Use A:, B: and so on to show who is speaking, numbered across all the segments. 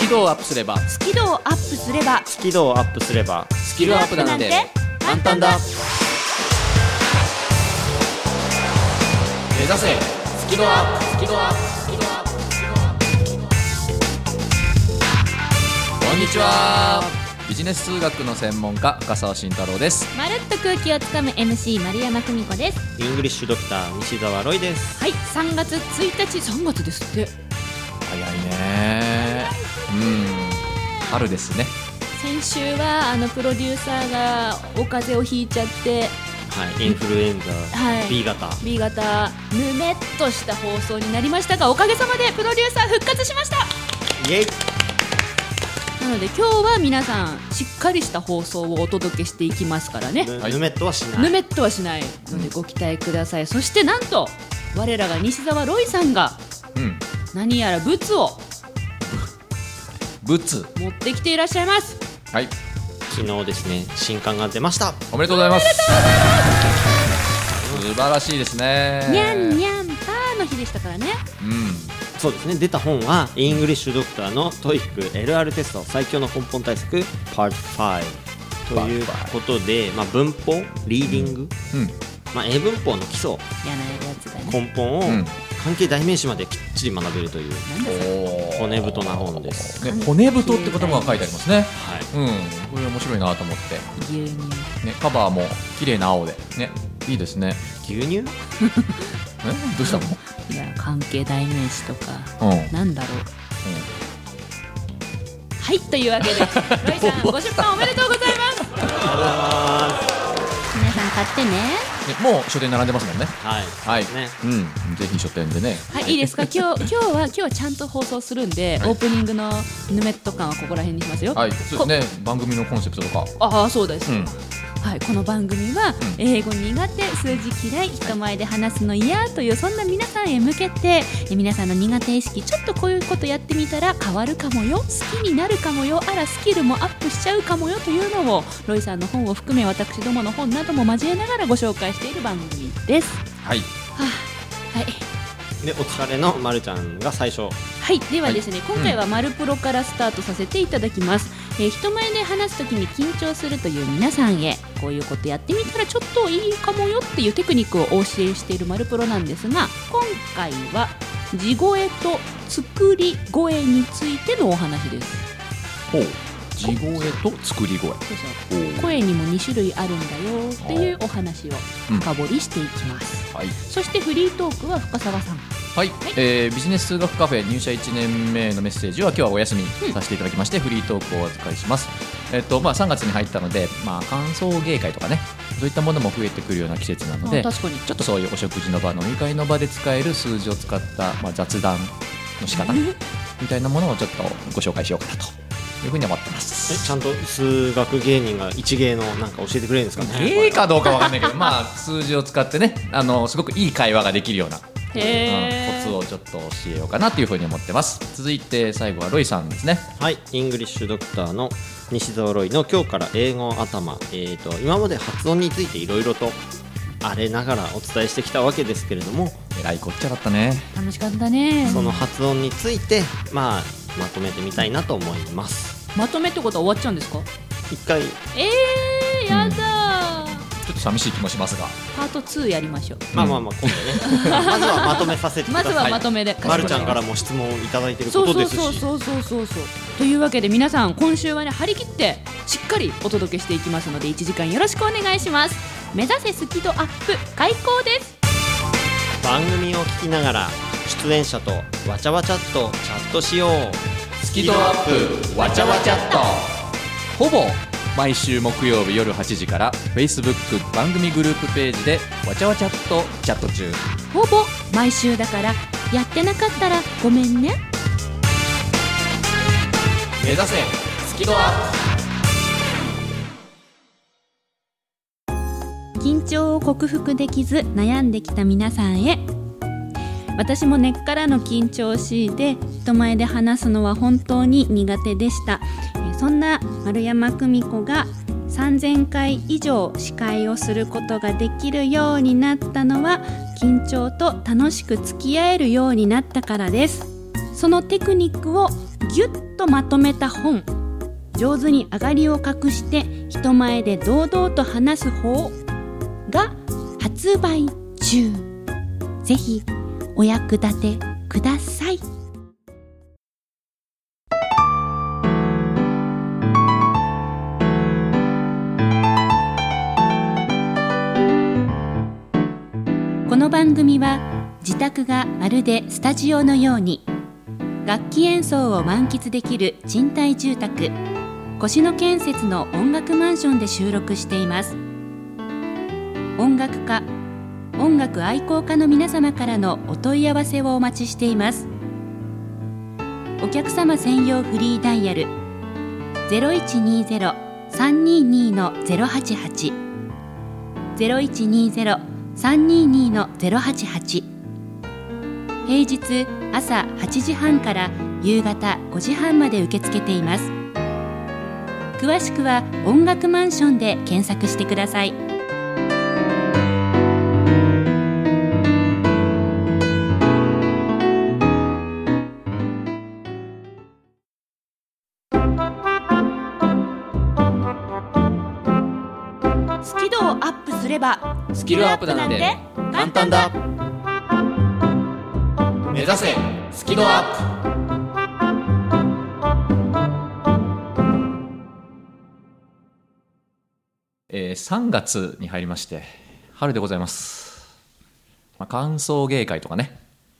A: キ度をアップすれば
B: スキルをアップすれば
C: スキルをアップすれば
A: スキルアップなんて簡単だ目指せスキルアップスキルアップスキルアップスキルアップこんにちはビジネス数学の専門家深澤慎太郎です
B: まるっと空気をつかむ MC 丸山久美子です
C: イングリッシュドクター西澤ロイです
B: はい3月1日3月ですって
A: 早いねうん春ですね
B: 先週はあのプロデューサーがお風邪をひいちゃって
C: はいインフルエンザ、
B: はい
C: B 型
B: B 型ぬめっとした放送になりましたがおかげさまでプロデューサー復活しました
C: イエイ
B: なので今日は皆さんしっかりした放送をお届けしていきますからね
C: ぬ
A: はい
C: ヌメットはしな
B: ぬ
C: い
B: めっとはしないのでご期待くださいそしてなんと我らが西澤ロイさんが
A: うん
B: 何やらブツを
A: ブツ
B: 持ってきていらっしゃいます
A: はい
C: 昨日ですね新刊が出ました
A: おめでとうございます素晴らしいですね
B: にゃんにゃんパーの日でしたからね
A: う
C: そうですね出た本はイングリッシュドクターのトイック LR テスト最強の根本対策 Part5 ということで、まあ、文法リーディン
A: ん
C: グ、
A: うん
C: まあ、英文法の基礎
B: 嫌なやつだね
C: 根本を
A: うん
C: 関係代名詞まできっちり学べるという
B: なんだそれ
A: お
C: 骨太な本です、
A: ね、骨太って言葉が書いてありますね。
C: はい、
A: うん、これ面白いなと思って、
B: 牛乳
A: ね、カバーも綺麗な青で、ね、いいですね。
C: 牛乳
A: え、どうしたの？
B: いや関係代名詞とか
A: うん、
B: なんだろうはいというわ けでロイさん50分おめでとうございます皆さん買ってね
A: うん、ね、もう書店並んでますもんね。
C: はい、
A: はい、
C: ね
A: うん、ぜひ書店でね。
B: はいいいです か今日今日は今日はちゃんと放送するんで、
A: はい
B: オープニングのヌメット感はここら辺にします よ
A: はい、そうですね、番組のコンセプトとか、
B: ああそうです、
A: うん、
B: はい、この番組は
A: うん
B: 英語苦手数字嫌い人前で話すの嫌というそんな皆さんへ向けてえ皆さんの苦手意識ちょっとこういうことやってみたら変わるかもよ好きになるかもよあらスキルもアップしちゃうかもよというのをロイさんの本を含め私どもの本なども交えながらご紹介している番組です。
A: はい、
B: はあはい
C: でお疲れのまるちゃんが最初は
B: はい、ではですね、今回は「マルプロ」からスタートさせていただきます、えー人前で話す時に緊張するという皆さんへこういうことやってみたらちょっといいかもよっていうテクニックをお教えしている「マルプロ」なんですが今回は地声と作り声についてのお話です
A: ほう、地声と作り声。
B: そうそ
A: お
B: う
A: ー
B: 声にも2種類あるんだよっていうお話を
A: うん
B: 深掘りしていきます、
A: はい、
B: そしてフリートークは深澤さん
A: はい、えービジネス数学カフェ入社1年目のメッセージは今日はお休みさせていただきまして、フリートークをお預かりします。えっとまあ3月に入ったので、まあ歓送迎会とかね、そういったものも増えてくるような季節なの
B: あ
A: で、
B: 確かに
A: ちょっとそういうお食事の場、飲み会の場で使える数字を使ったまあ雑談の仕方みたいなものをちょっとご紹介しようかなというふうに思ってま
C: え
A: す。
C: ちゃんと数学芸人が一芸のなんか教えてくれるんですかね
A: いいかどうかわかんないけど、まあ数字を使ってね、あのすごくいい会話ができるような
B: へ
A: うん
B: ー
A: コツをちょっと教えようかなというふうに思ってます続いて最後はロイさんですね
C: はい、イングリッシュドクターの西澤ロイの今日から英語頭、えー、と今まで発音についていろいろと荒れながらお伝えしてきたわけですけれども
A: えらいこっちゃだったね
B: 楽しかったね
C: その発音について、まあ、まとめてみたいなと思います
B: まとめってことは終わっちゃうんですか
C: 一回
B: えー、やだー、
A: ちょっと寂しい気もしますが
B: パート2やりましょう
C: まあまあまあ今度ね、まずはまとめさせてくだ
B: まず
C: さい、
B: はまとめで、
C: まるちゃんからも質問をいただいてる
B: そ
C: こ
B: うそ
C: と
B: う
C: ですし
B: そうそうそうそうそうというわけで皆さん今週はね張り切ってしっかりお届けしていきますので1時間よろしくお願いします目指せスキドアップ開講です
C: 番組を聞きながら出演者とわちゃわちゃっとチャットしよう
A: スキドアップわちゃわちゃっとほぼ毎週木曜日夜8時から Facebook 番組グループページでわちゃわちゃっとチャット中
B: ほぼ毎週だからやってなかったらごめんね
A: 目指せスキドアッ
B: 緊張を克服できず悩んできた皆さんへ私も根っからの緊張を強いて人前で話すのは本当に苦手でしたえーそんな丸山久美子が3000回以上司会をすることができるようになったのは緊張と楽しく付き合えるようになったからですそのテクニックをぎゅっとまとめた本上手に上がりを隠して人前で堂々と話す方が発売中ぜひお役立てくださいこの番組は自宅がまるでスタジオのように楽器演奏を満喫できる賃貸住宅越野建設の音楽マンションで収録しています音楽家音楽愛好家の皆様からのお問い合わせをお待ちしていますお客様専用フリーダイヤル0120-322-088 0120-322-088平日朝8時半から夕方5時半まで受け付けています詳しくは音楽マンションで検索してくださいスキルをアップすればス
A: キルアップだなんて簡単だ目指せスキドアップえー、3月に入りまして春でございます、まあ、歓送迎会とかね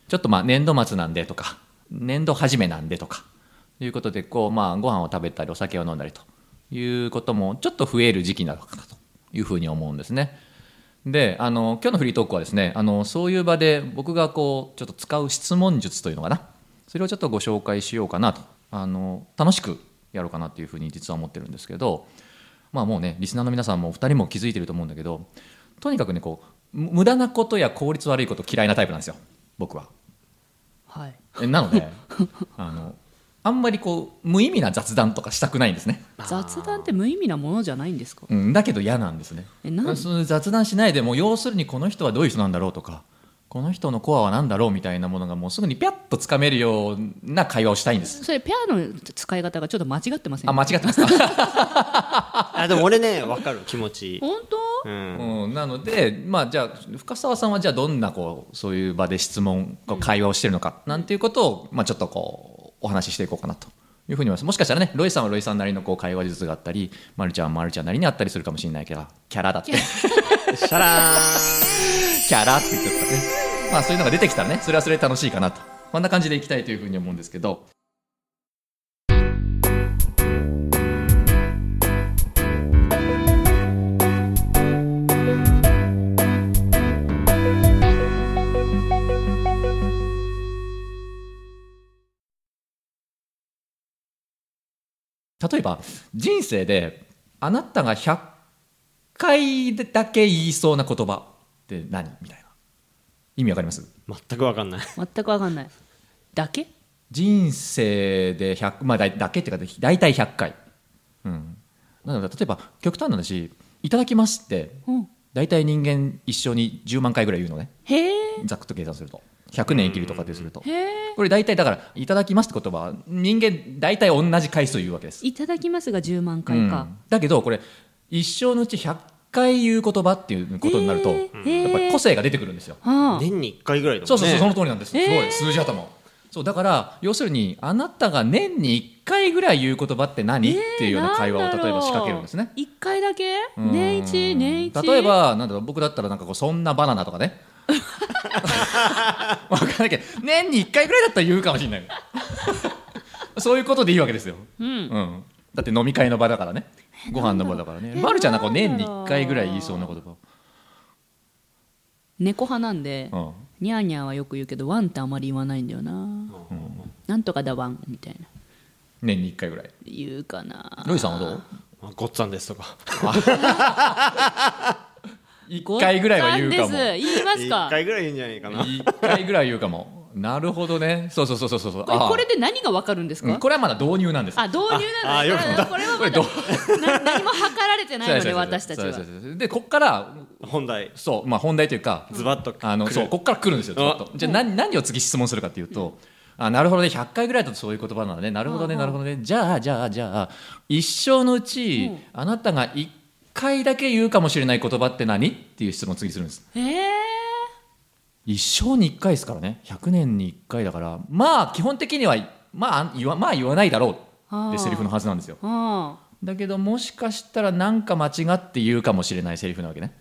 A: ちょっとまあ年度末なんでとか年度初めなんでとかということでこうまあご飯を食べたりお酒を飲んだりということもちょっと増える時期なのかなというふうに思うんですね。であの今日のフリートークはですねあのそういう場で僕がこうちょっと使う質問術というのかなそれをちょっとご紹介しようかなとあの楽しくやろうかなというふうに実は思ってるんですけどまあもうねリスナーの皆さんもお二人も気づいてると思うんだけどとにかくねこうむ無駄なことや効率悪いこと嫌いなタイプなんですよ僕は。
B: はい
A: えなのであのあんまりこう無意味な雑談とかしたくないんですね。
D: 雑談って無意味なものじゃないんですか
A: うん、だけど嫌なんですね
D: えなんで
A: その雑談しないでもう要するにこの人はどういう人なんだろうとかこの人のコアは何だろうみたいなものがもうすぐにピャッとつかめるような会話をしたいんです
D: それペアの使い方がちょっと間違ってません
A: あ間違ってますか、
C: あでも俺ね分かる気持ち、
D: 本当
C: うん、
A: うん、なので、まあ、じゃあ深澤さんはじゃあどんなこうそういう場で質問こう会話をしてるのかなんていうことを、まあ、ちょっとこうお話ししていこうかなというふうに思いますもしかしたらねロイさんはロイさんなりのこう会話術があったりまるちゃんはまるちゃんなりにあったりするかもしれないけどキャラだって
C: シャラーン
A: キャラって言っちゃったね。まあそういうのが出てきたらね、それはそれで楽しいかなと。こんな感じでいきたいというふうに思うんですけど。例えば人生であなたが100回だけ言いそうな言葉って何みたいな意味わかります
C: 全く分かんない
D: 全く分かんないだけ
A: 人生で100まあだだけっていうか大体100回うんなので例えば極端な話「いただきます」って
D: うん
A: 大体人間一生に10万回ぐらい言うのね
D: へえ
A: ざっくと計算すると100年生きるとかですると
D: へえ
A: これ大体だから「いただきます」って言葉は人間大体同じ回数言うわけです
D: いただきますが10万回
A: う
D: か
A: んだけどこれ一生のうち100回言う言葉っていうことになると、
D: へー
A: やっぱり個性が出てくるんですよ、
D: はあ
C: 年に1回ぐらいだもんね
A: そうそうそう、その通りなんです、
D: えー
A: すごい数字頭そうだから要するにあなたが年に1回ぐらい言う言葉って何、っていうような会話を例えば仕掛けるんですね
D: 1回だけ
A: うん
D: 年一年一
A: 例えばなんだろう僕だったらなんかこうそんなバナナとか ねわかんないけど年に1回ぐらいだったら言うかもしれないそういうことでいいわけですよ
D: うん
A: うん、だって飲み会の場だからねご飯の場だからね
D: え
A: まるちゃんなんか年
D: なん
A: に
D: だろう
A: 1回ぐらい言いそうな言葉、
D: 猫派なんで
A: うん、
D: ニャーニャーはよく言うけどワンってあまり言わないんだよななんとかだワンみたいな
A: 年に1回ぐらい
D: 言うかな
A: ロイさんはどう
C: あごっつぁんですとか
A: 1回ぐらいは言うか
D: ごっ
A: も
D: つぁんです言います
C: 1
D: か
C: 回ぐらいいいんじゃないかな
A: 1回ぐらい言うかもなるほどねそうそうそうそうそうそう
D: これ
A: あー
D: これで何がわかるんです
A: う
D: か
A: んこれはまだ導入なんです
D: あ導入
C: あ
D: な
C: あ
D: の
C: よ
D: だ
C: か
D: か
C: っ
D: らこれ は
A: これ
D: ま
A: ど
D: だ
A: う
D: な何も測られてないの
A: そう
D: で
A: そうそう
D: 私たち
A: そう
D: は
A: そうそうでこっから
C: 本題
A: そうまあ本題というか
C: ズバッと
A: あのそうこっから来るんですよちょっとじゃあ何何を次質問するかというとあなるほどね100回ぐらいだとそういう言葉なのねなるほどねなるほどねじゃあじゃあじゃあ一生のうち、
D: うん
A: あなたが1回だけ言うかもしれない言葉って何っていう質問を次するんです
D: ええ
A: 一生に1回ですからね100年に1回だからまあ基本的にはまあ言わ,、まあ、言わないだろうってセリフのはずなんですよ
D: ああ
A: だけどもしかしたらなんか間違って言うかもしれないセリフなわけね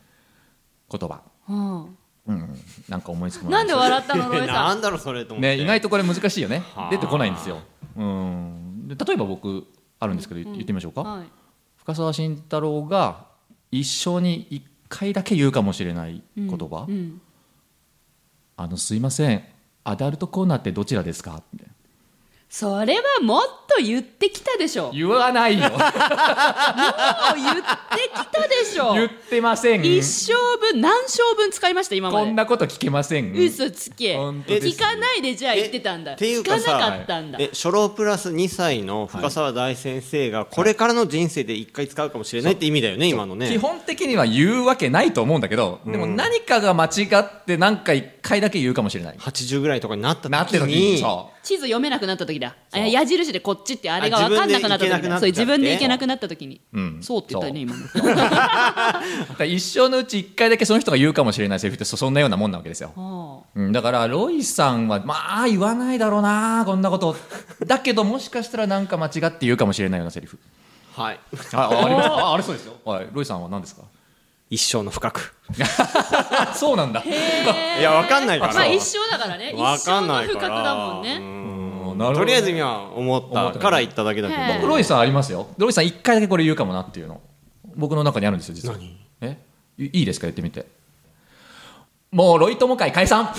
A: 言葉
D: あ
A: うんなんか思いつく
D: あ
A: もの
D: なんで笑ったのロエ
C: な
D: さん
C: んだろうそれと思って、
A: ね、意外とこれ難しいよね
C: はあ
A: 出てこないんですようんで例えば僕あるんですけど、言言ってみましょうか、
D: はい
A: 深澤慎太郎が一生に一回だけ言うかもしれない言葉「
D: うんうん
A: あのすいませんアダルトコーナーってどちらですか?」って
D: それはもっと言ってきたでしょもう
A: 言わないよ
D: 言ってきたでしょ
A: 言ってません
D: 一生分何生分使いました今ま
A: こ
D: で
A: んなこと聞けません
D: 嘘つけ
A: 本当です
D: 聞かないでじゃあ言ってたんだ
C: えってい
D: 聞
C: う
D: か
C: か
D: な
C: さ
D: かったんだ
C: え初老プラス2歳の深澤大先生がこれからの人生で1回使うかもしれないって意味だよね今のね
A: 基本的には言うわけないと思うんだけど、でも何かが間違って何か一回だけ言うかもしれない、
C: 80ぐらいとかになった
A: なって
C: 時
A: る時
C: に
A: にそう
D: 地図読めなくなった時だあ
A: そう
D: 矢印でこっちってあれが
C: あ
D: 分かんなくなった時だそう自
C: 自
D: 分
C: 分
D: で
C: で
D: 行
C: 行
D: け
C: け
D: な
C: な
D: く
C: く
D: なった時に
A: うん
D: そうって言ったよね今の
A: だから一生のうち一回だけその人が言うかもしれないセリフってそそんなようなもんなわけですよ、
D: あ
A: うん、だからロイさんはまあ言わないだろうなこんなことだけどもしかしたらなんか間違って言うかもしれないようなセリフ
C: はい
A: ああありますああれそうですよはいロイさんは何ですか
C: 一生の深く
A: あそうなんだ
C: いやわかんない
D: あ
C: から
D: まあ一生だからね
C: わ
D: 一
C: か
D: 生
C: ん
D: の
C: ない
D: 不
C: か
D: 覚
C: ら
D: だもん
C: う
D: ね
A: うんなるほどね
C: とりあえず今思ったから言っただけだけ
D: へ
C: ど
A: 僕ロイさんありますよロイさん一回だけこれ言うかもなっていうの僕の中にあるんですよ実は
C: 何
A: えいいいですか言ってみてもうロイ友会解 散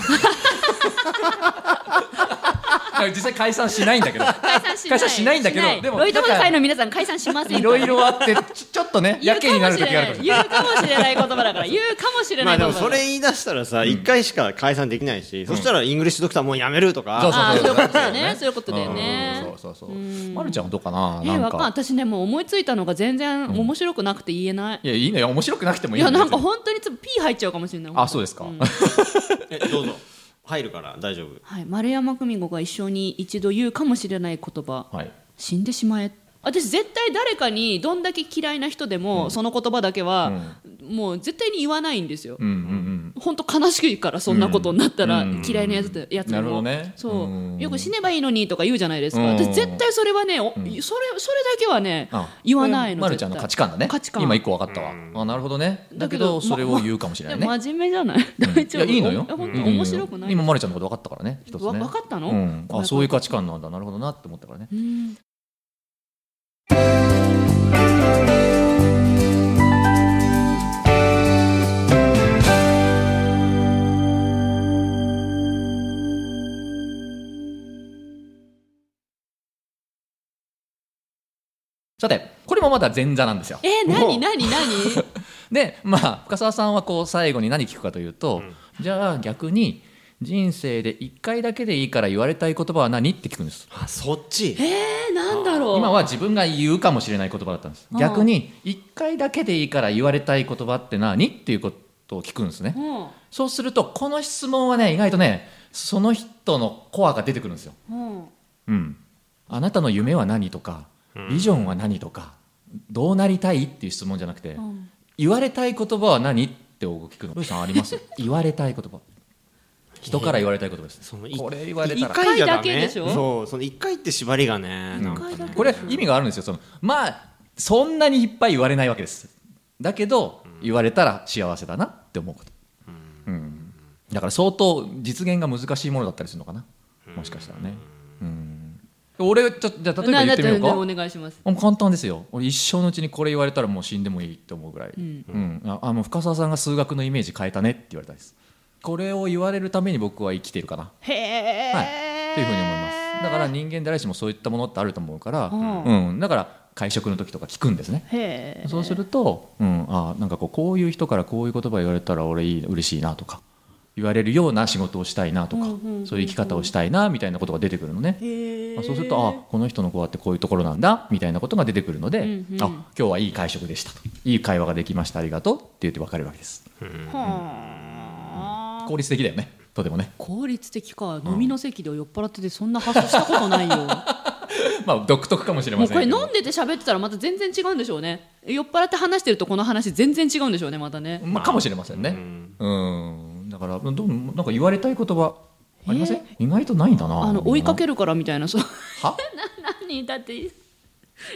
A: 実際解散しないんだけど
D: 解散しない
A: 解散しないんだけどでも
D: ロイトマ会の皆さん解散しませんから
A: いろいろあってちょちょっとね
D: 言
A: や
D: う
A: けに
D: か
A: な
D: も
A: る
D: しれ
A: 時
D: な
A: あるか
D: い
A: もしれない
D: 言うかもしれない言葉 だから言うかもしれ
C: ま
D: な
C: あ
D: い
C: で
D: 言
C: も
D: 葉だ
C: それ言い出したらさ1回しか解散できないしそしたらイングリッシュドクターもうやめると
A: そう
C: か
A: そう
D: あー
A: そう
D: そういうことだよねそういうことだよね
A: うんそうそうそうまるちゃんはどうかな
D: え
A: な
D: わ
A: ん
D: かんない
A: か
D: 私ねもう思いついたのが全然面白くなくて言えない
A: いやいいのよ面白くなくても
D: い
A: いいの
D: や
A: よ
D: なんか本当にちょっとピー入っちゃうかもしれない
A: あそうですか
C: えどうぞ 入るから大丈夫
D: はい、丸山久美子が一生に一度言うかもしれない言葉、
A: はい
D: 死んでしまえ私絶対誰かにどんだけ嫌いな人でも、その言葉だけは、もう絶対に言わないんですよ、
A: うんうんうん
D: 本当悲しいからそんなことになったら、
A: うん
D: 嫌いなやつでやつでも
A: なるほどね
D: そう、
A: うん
D: よく死ねばいいのにとか言うじゃないですか、
A: うん
D: 私絶対それはね、おそれそれだけはね
A: あ
D: 言わないの
A: まるちゃんの価値観だね
D: 価値観
A: 今一個分かったわあなるほどねだけど
D: だけど
A: それを言うかもしれない
D: でも
A: ね
D: 真面目じゃない
A: うん
D: 大
A: い
D: 丈
A: や
D: 夫
A: いいのよ
D: え本
A: う
D: 当
A: ん
D: 面白くない、
A: 今まるちゃんのこと分かったからね一つね
D: わ分かったの
A: うん
D: こ
A: あ
D: れ
A: そういう価値観なんだなるほどなって思ったからね
D: うん
A: さてこれもまだ前座なんですよ
D: えー、
C: も
D: 何
C: う
D: 何何
A: でまあ深澤さんはこう最後に何聞くかというと、じゃあ逆に人生で1回だけでいいから言われたい言葉は何って聞くんです
C: あそっち
D: えー、なんだろう
A: 今は自分が言うかもしれない言葉だったんです
D: うん
A: 逆に1回だけでいいから言われたい言葉って何っていうことを聞くんですねそうするとこの質問はね意外とねその人のコアが出てくるんですよ
D: うんうん
A: うん、あなたの夢は何とか、ビジョンは何とかどうなりたいっていう質問じゃなくて、
D: ん
A: 言われたい言葉は何って僕聞くのルイさんあります 言われたい言葉人から言われたい言葉です
C: その
A: これ言われたら
C: 一回じゃダメ
D: 一回だけでしょ
C: そうその一回って縛りがねなんか
D: 一回だけ
A: これ意味があるんですよそのまあそんなにいっぱい言われないわけですだけど、言われたら幸せだなって思うこと、うんだから相当実現が難しいものだったりするのかなもしかしたらね、うん、俺ちょっとじゃあ例えば言ってみようか
D: ななお願いします
A: もう簡単ですよ俺一生のうちにこれ言われたらもう死んでもいいって思うぐらい、うんああもう深澤さんが数学のイメージ変えたねって言われたいですこれを言われるために僕は生きてるかな
D: へえ、
A: はいというふうに思いますだから人間誰しもそういったものってあると思うから、
D: うん
A: うん、だから会食の時とか聞くんですね
D: へえ
A: そうすると、うん、あなんかこうこういう人からこういう言葉言われたら俺いい嬉しいなとか言われるような仕事をしたいなとか、
D: うんうんうんうん
A: そういう生き方をしたいなみたいなことが出てくるのね、
D: へえ
A: まあ、そうするとあこの人の子はってこういうところなんだみたいなことが出てくるので、
D: うんうん
A: あ今日はいい会食でしたといい会話ができましたありがとうって言って分かるわけです
D: はあ
A: 効率的だよねとてもね
D: 効率的か飲みの席で酔っ払っててそんな発想したことないよ
A: まあ独特かもしれ
D: も
A: ま
D: う
A: せ
D: こ
A: ん
D: れ
A: けど
D: 飲んでて喋ってたらまた全然違うんでしょうね酔っ払って話してるとこの話全然違うんでしょうねまたね
A: まあ、かもしれませんねうんだからどうなんか言われたい言葉ありません、
D: え
A: 意外とないんだな
D: あの追いかけ
A: る
D: るからみたいなそう
A: は
D: 何だってい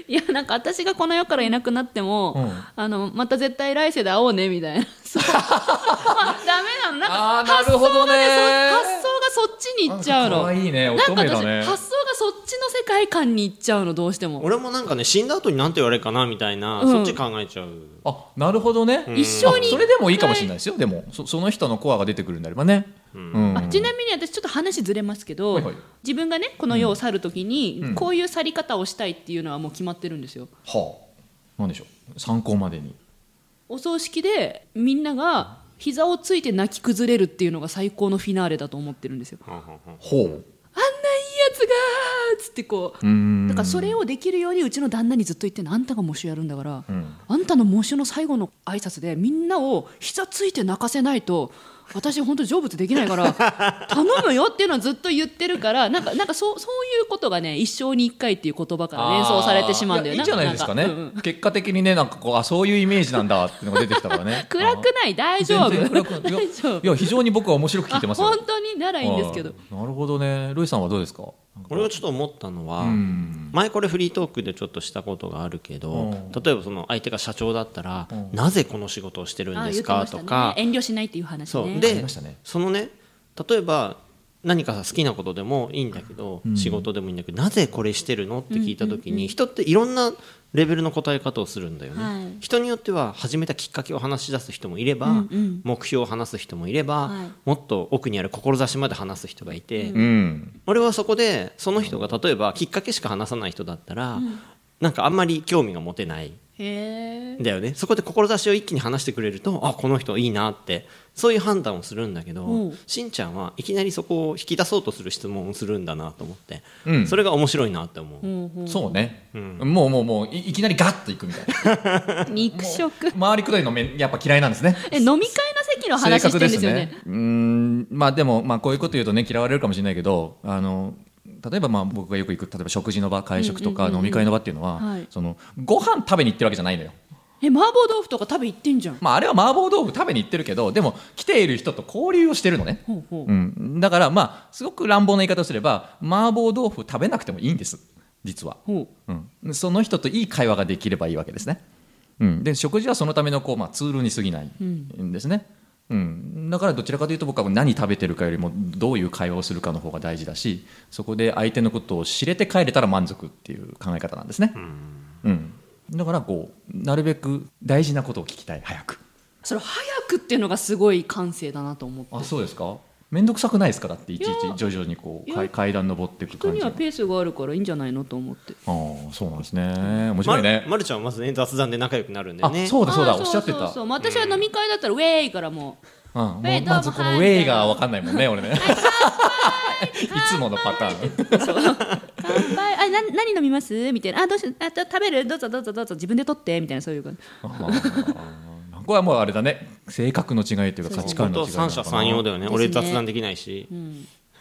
D: やなんか私がこの世からいなくなっても、
A: うん
D: あのまた絶対来世で会おうねみたいなそう あダメなのなんか
A: あーなるほどね
D: 発想がそっちに行っちゃうの
A: 可愛いね
D: なんか
A: 乙女
D: 私
A: だね
D: 発想がそっちの世界観に行っちゃうのどうしても
C: 俺もなんかね死んだ後に何て言われるかなみたいな、
D: うん
C: そっち考えちゃう
A: あなるほどね、
C: ん
D: 一生に
A: あそれでもいいかもしれないですよ、でもそその人のコアが出てくるんであればね、うん
D: あちなみに私ちょっと話ずれますけど、
A: はいはい
D: 自分がねこの世を去るときに、
A: うん
D: こういう去り方をしたいっていうのはもう決まってるんですよ
A: はあなんでしょう参考までに
D: お葬式でみんなが膝をついて泣き崩れるっていうのが最高のフィナーレだと思ってるんですよ
C: はんはんはん
A: ほう
D: あんないいやつがーっつってこう
A: うーん
D: だからそれをできるようにうちの旦那にずっと言ってんのあんたが喪主やるんだから、
A: ん
D: あんたの喪主の最後の挨拶でみんなを膝ついて泣かせないと私本当成仏できないから 頼むよっていうのはずっと言ってるからなんかなんかそうそういうことがね一生に一回っていう言葉から連想されてしまうんだよ
A: いやいい
D: ね。
A: じゃないですかね
D: んうん
A: 結果的にねなんかこうあそういうイメージなんだっていうのが出てきたからね
D: 暗くない大丈夫
A: 全然
D: 大
A: 暗くないいや
D: 丈
A: い
D: 夫
A: や非常に僕は面白く聞いてますよ
D: あ本当にならいいんですけど
A: あーなるほどねロイさんはどうですかなんか
C: 俺はちょっと思ったのは、
A: ん
C: 前これフリートークでちょっとしたことがあるけど、
A: うん
C: 例えばその相手が社長だったら、
A: ん
C: なぜこの仕事をしてるん
D: あ
C: です
D: 言って
C: か
D: ました
C: と
D: ね
C: か、
D: 遠慮しないっていう話
C: そう
D: ね
A: あり
C: で
A: ましたね
C: そのね例えば何かさ好きなことでもいいんだけど、仕事でもいいんだけどなぜこれしてるのって聞いた時に、人っていろんなレベルの答え方をするんだよね、
B: はい
C: 人によっては始めたきっかけを話し出す人もいれば、
D: うんうん
C: 目標を話す人もいれば、
B: はい
C: もっと奥にある志まで話す人がいて、
A: うん
C: 俺はそこでその人が例えばきっかけしか話さない人だったら、なんかあんまり興味が持てない
D: へえ
C: だよねそこで志を一気に話してくれるとあこの人いいなってそういう判断をするんだけど、
D: うん
C: しんちゃんはいきなりそこを引き出そうとする質問をするんだなと思って、
A: うん
C: それが面白いなって思う、
A: そうね、もうもうもういいきなりガッといくみたいな
D: 肉食
A: 周りくどいのめやっぱ嫌いなんですね
D: え飲み会の席の話してるんですよね
A: うーんまあでも、まあ、こういうこと言うとね嫌われるかもしれないけどあの例えばまあ僕がよく行く例えば食事の場会食とか飲み会の場っていうのは、
D: はい
A: そのご飯食べに行ってるわけじゃないのよ。
D: え麻婆豆腐とか食べ行ってんじゃん
A: まあ、あれは麻婆豆腐食べに行ってるけどでも来ている人と交流をしてるのね、
D: ほうほう
A: うん、だからまあすごく乱暴な言い方をすれば麻婆豆腐食べなくてもいいんです実は、
D: ほう
A: うん、その人といい会話ができればいいわけですね、うん、で食事はそのためのこう、まあ、ツールに過ぎないんですね、うんだからどちらかというと僕は何食べてるかよりもどういう会話をするかの方が大事だしそこで相手のことを知れて帰れたら満足っていう考え方なんですね、うん、だからこうなるべく大事なことを聞きたい早く
D: それ早くっていうのがすごい感性だなと思って
A: あそうですか面倒くさくないですかだっていちい
D: いや
A: ち徐々にこう
D: いや
A: 階階段登っていく
D: 人
A: 感
D: に
A: じ
D: は
A: が
D: ペースがあるからいいんじゃないのと思って
A: ああそうなんですね面
C: ま
A: 白い
C: る
A: ね、
C: まるちゃんはまずね雑談で仲良くなるんだよ
A: あ
C: ね
A: そうだそう
D: あ
A: だ
D: ー
A: おっしゃってた
D: そうそうそうもう私は飲み会だったらウェーイからも
A: うん、もう
D: ウェイ
A: まず
D: どうも
A: この
D: はい
A: ウェイが分かんないもんね、俺ね。 いつものパターン。
D: う乾杯あな何飲みますみたいなあどうしあちょ食べるどうぞどうぞどうぞ自分で取ってみたいなそういう感じ
A: あこれはもうあれだね、性格の違いというか価値観の違
C: 本
A: い
C: 当
A: なの
C: 三者三様だ
A: よ。
C: よね
D: ですね
C: 俺雑談できないし、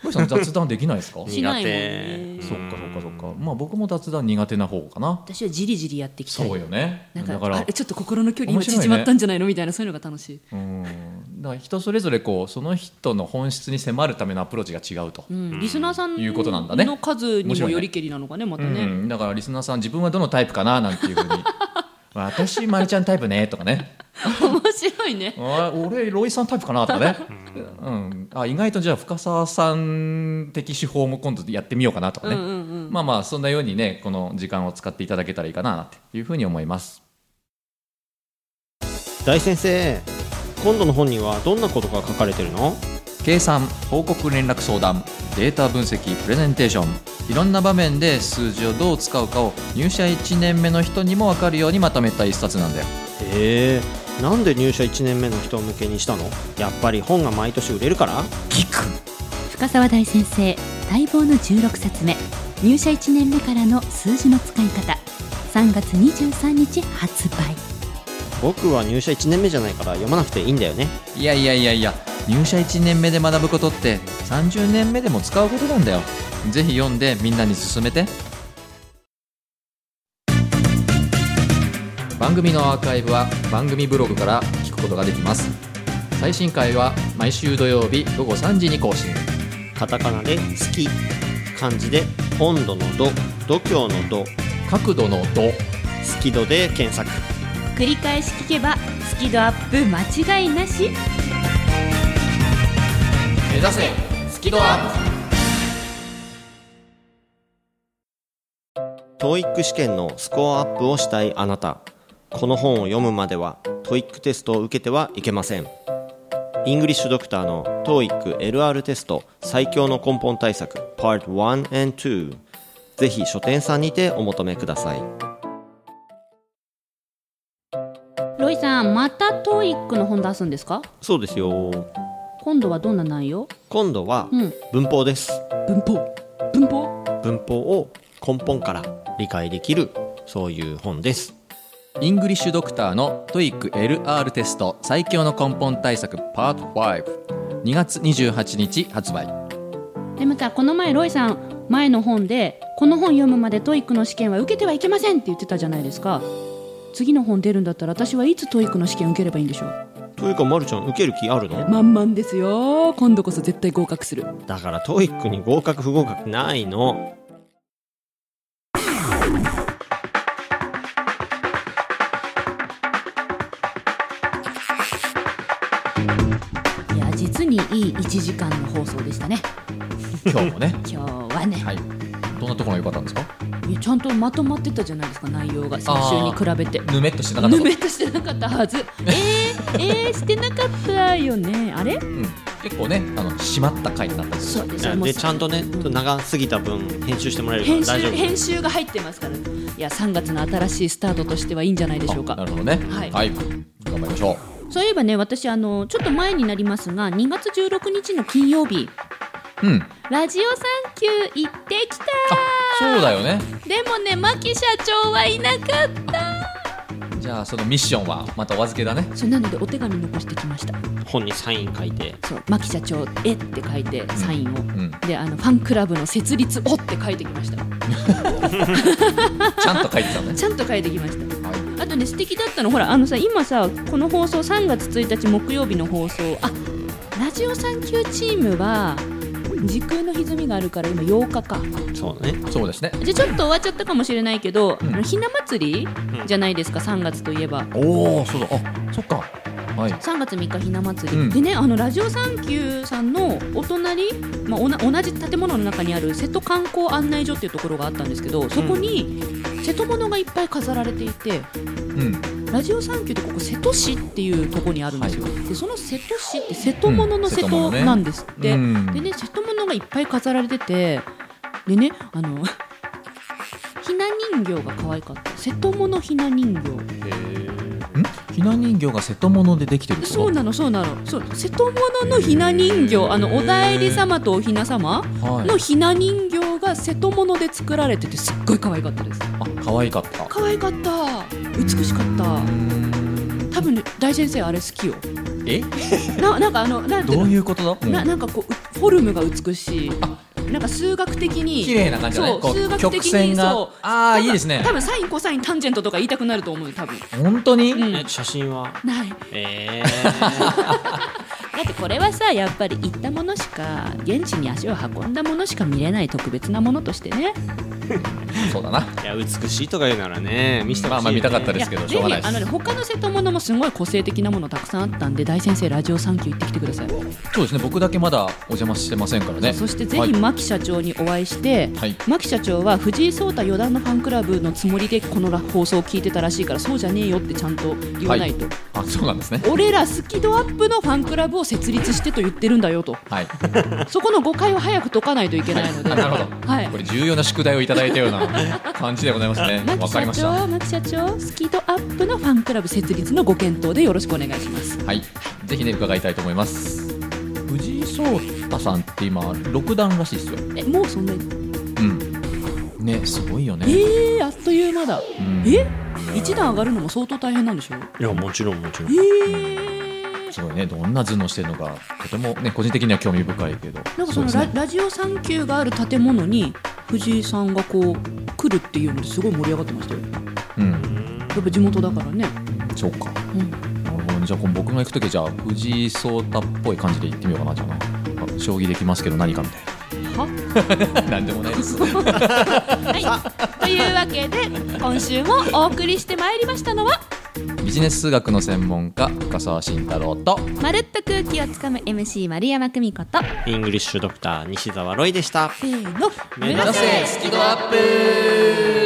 A: 森さん雑談できないですか？そっ
D: し
A: か
C: 苦
D: ないもんね
C: 手
A: そっかそっか。まあ僕も雑談苦手な方かな。
D: 私はじりじりやってきたい
A: そうよね。
D: な
A: だ
D: んか
A: から
D: あえちょっと心の距離今
A: 面白いね
D: 縮まったんじゃないのみたいなそういうのが楽しい
A: うん、だから人それぞれこうその人の本質に迫るためのアプローチが違うと。
D: うんリスナーさん
A: いうことなんだね
D: の数
A: 面
D: に
A: 白
D: も
A: いね
D: よりけりなのかねまた
A: う
D: ね
A: ん、だからリスナーさん自分はどのタイプかななんて いうふうに。私まりちゃんタイプねとかね。
D: 面白いね
A: あ俺ロイさんタイプかなとかね、うん、あ意外とじゃあ深澤さん的手法も今度やってみようかなとかね、
D: うんうんうん
A: まあまあそんなようにねこの時間を使っていただけたらいいかなっていうふうに思います
C: 大先生今度の本にはどんなことが書かれてるの
A: 計算報告連絡相談データ分析プレゼンテーションいろんな場面で数字をどう使うかを入社1年目の人にも分かるようにまとめた一冊なんだよ
C: へえなんで入社1年目の人向けにしたのやっぱり本が毎年売れるから
A: 聞く
B: 深沢大先生待望の16冊目入社1年目からの数字の使い方3月23日発売
C: 僕は入社1年目じゃないから読まなくていいんだよね
A: いやいやいやいや入社1年目で学ぶことって30年目でも使うことなんだよぜひ読んでみんなに勧めて番組のアーカイブは番組ブログから聞くことができます最新回は毎週土曜日午後3時に更新
C: カタカナで「好き」漢字で「温度の度」「度胸の度」
A: 角度の度
C: 「好き度」で検索
D: 繰り返し聞けばスキドアップ間違いなし
A: 目指せスキドアップ
C: TOEIC 試験のスコアアップをしたいあなたこの本を読むまでは TOEIC テストを受けてはいけませんイングリッシュドクターの TOEICLR テスト最強の根本対策 Part 1 and 2ぜひ書店さんにてお求めください
D: ロイさんまたトーイックの本出すんですか
C: そうですよ
D: 今度はどんな内容
C: 今度は
D: うん
C: 文法です、
E: 文法文法
C: 文法を根本から理解できるそういう本です
A: イングリッシュドクターの TOEICLR テスト最強の根本対策 Part52 月28日発売
D: でまたこの前ロイさん前の本でこの本読むまでトーイックの試験は受けてはいけませんって言ってたじゃないですか次の本出るんだったら私はいつトーイックの試験受ければいいんでしょう
C: というかまるちゃん受ける気あるの
E: 満々ですよ今度こそ絶対合格する
C: だから TOEIC に合格不合格ないの
D: いや実にいい1時間の放送でしたね
A: 今日もね
D: 今日はね、
A: はいどんなところが良かったんですか
E: いやちゃんとまとまってたじゃないですか内容が先週に比べて
A: ぬめっとしてなか った
E: ぬ
A: こと
E: めっとしてなかったはず
D: えー、してなかったよねあれ
A: うん、結構ねあの締まった回になったんです
E: そうですもう
C: でちゃんとね長すぎた分編集してもらえるから
E: 編集
C: 大丈夫
E: 編集が入ってますからいや3月の新しいスタートとしてはいいんじゃないでしょう
A: あな
E: か
A: るほどね
E: はい
A: 頑張りましょう
D: そういえばね私あのちょっと前になりますが2月16日の金曜日
A: うん
D: ラジオサンキュー行ってきた
A: そうだよね
D: でもね牧社長はいなかった
A: じゃあそのミッションはまたお預けだね
E: そうなのでお手紙残してきました
C: 本にサイン書いて
E: そう牧社長えって書いてサインを、
A: ん
E: であのファンクラブの設立をって書いてきました
A: ちゃんと書いて たね
E: ちゃんと書いてきました
A: はい
D: あとね素敵だったのほらあのさ今さこの放送3月1日木曜日の放送あラジオサンキューチームは時空の歪みがあるから今8日か
C: そうね
A: そうですね
D: じゃあちょっと終わっちゃったかもしれないけど、
A: うん
D: あのひな祭り
C: うん
D: じゃないですか3月といえば
A: おおそうだあそっかはい
D: 3月3日ひな祭り、
A: うん
D: でねあのラジオサンキューさんのお隣、まあ、おな同じ建物の中にある瀬戸観光案内所っていうところがあったんですけどそこに瀬戸物がいっぱい飾られていて
A: うん
D: ラジオサンキューってここ瀬戸市っていうところにあるんですよ、
A: は
D: でその瀬戸市って瀬戸物の瀬
A: うん瀬戸物
D: 戸
A: ね
D: なんですって、
A: うん
D: でね瀬戸物がいっぱい飾られててでねあのひな人形が可愛かった瀬戸物ひな人形
A: んひな人形が瀬戸物でできてるってこと
D: そうなのそうなのそう瀬戸物のひな人形あのおだえり様とおひな様
A: はい
D: のひな人形が瀬戸物で作られててすっごい可愛かったです
A: あ可愛かった
D: 可愛かった美しかった多分ね大先生あれ好きよ
A: え
D: ななんかあのなんていう
A: ど
D: の
A: ういうことだうん
E: ななんかこううフォルムが美しい
A: あ
E: なんか数学的に
A: 綺麗な感じだね
E: そう
A: こう
E: 数学的に
A: 曲線が
E: そう
A: ああ
E: 多分
A: いいですね
E: 多分サインコサインタンジェントとか言いたくなると思うよ多分
A: 本当に、
E: うん
C: え写真は
E: ない
C: え ー、
D: だってこれはさやっぱり行ったものしか現地に足を運んだものしか見れない特別なものとしてね
A: そうだない
C: や美しいとか言うならね見せてほ
A: ま
C: し
A: あ
C: い、ね、
A: まあ見たかった
D: い
A: で
D: や
A: すけどし
D: ぜ
A: ょうが
D: ひ
A: ないで
D: あ
A: す
D: のね他の瀬戸物もすごい個性的なものたくさんあったんで大先生ラジオサンキュー行ってきてください、
A: そうですね僕だけまだお邪魔してませんからね
D: そしてぜ
A: は
D: ひ
A: い
D: 牧社長にお会いして、
A: はい
D: 牧社長は藤井聡太四段のファンクラブのつもりでこの放送を聞いてたらしいからそうじゃねえよってちゃんと言わないと、
A: あそうなんですね
D: 俺らスキドアップのファンクラブを設立してと言ってるんだよと
A: はい
D: そこの誤解を早く解かないといけないので
A: あ なるほど、
D: はい
A: これ重要な宿題をいただいたような感じでございますねわ
D: 牧
A: かり
D: 社
A: ましたは
D: 長、牧社長、スキートアップのファンクラブ設立のご検討でよろしくお願いします。
A: いぜひね伺いたいと思います藤井聡太さんって今六段らしいですよ
D: え、もうそんな、
A: うんねすごいよ
D: え
A: ね
D: ー、あっという間だ。
A: うん
D: え、
A: ね
D: 一段上がるのも相当大変なんでしょ
C: いやもちろんもちろん
A: すごいねどんな頭脳してるのかとてもね個人的には興味深いけど
D: なんかその
A: うです
D: ラ,、
A: ね
D: ラジオ産休がある建物に藤井さんがこう来るっていうのですごい盛り上がってましたよや
A: うん
D: っぱ地元だからね、
A: そうかな
D: うん、
A: るほどねじゃあ今僕が行く時はじゃあ藤井聡太っぽい感じで行ってみようかなじゃあなあ将棋できますけど何かみたい
D: は
A: ななんでもないです
B: というわけで今週もお送りしてまいりましたのは
A: ビジネス数学の専門家深澤慎太郎と
B: 「まるっと空気をつかむ MC 丸山久美子」と
C: イングリッシュドクター西澤ロイでした
D: せーの
C: 目指せ
A: スキドアップ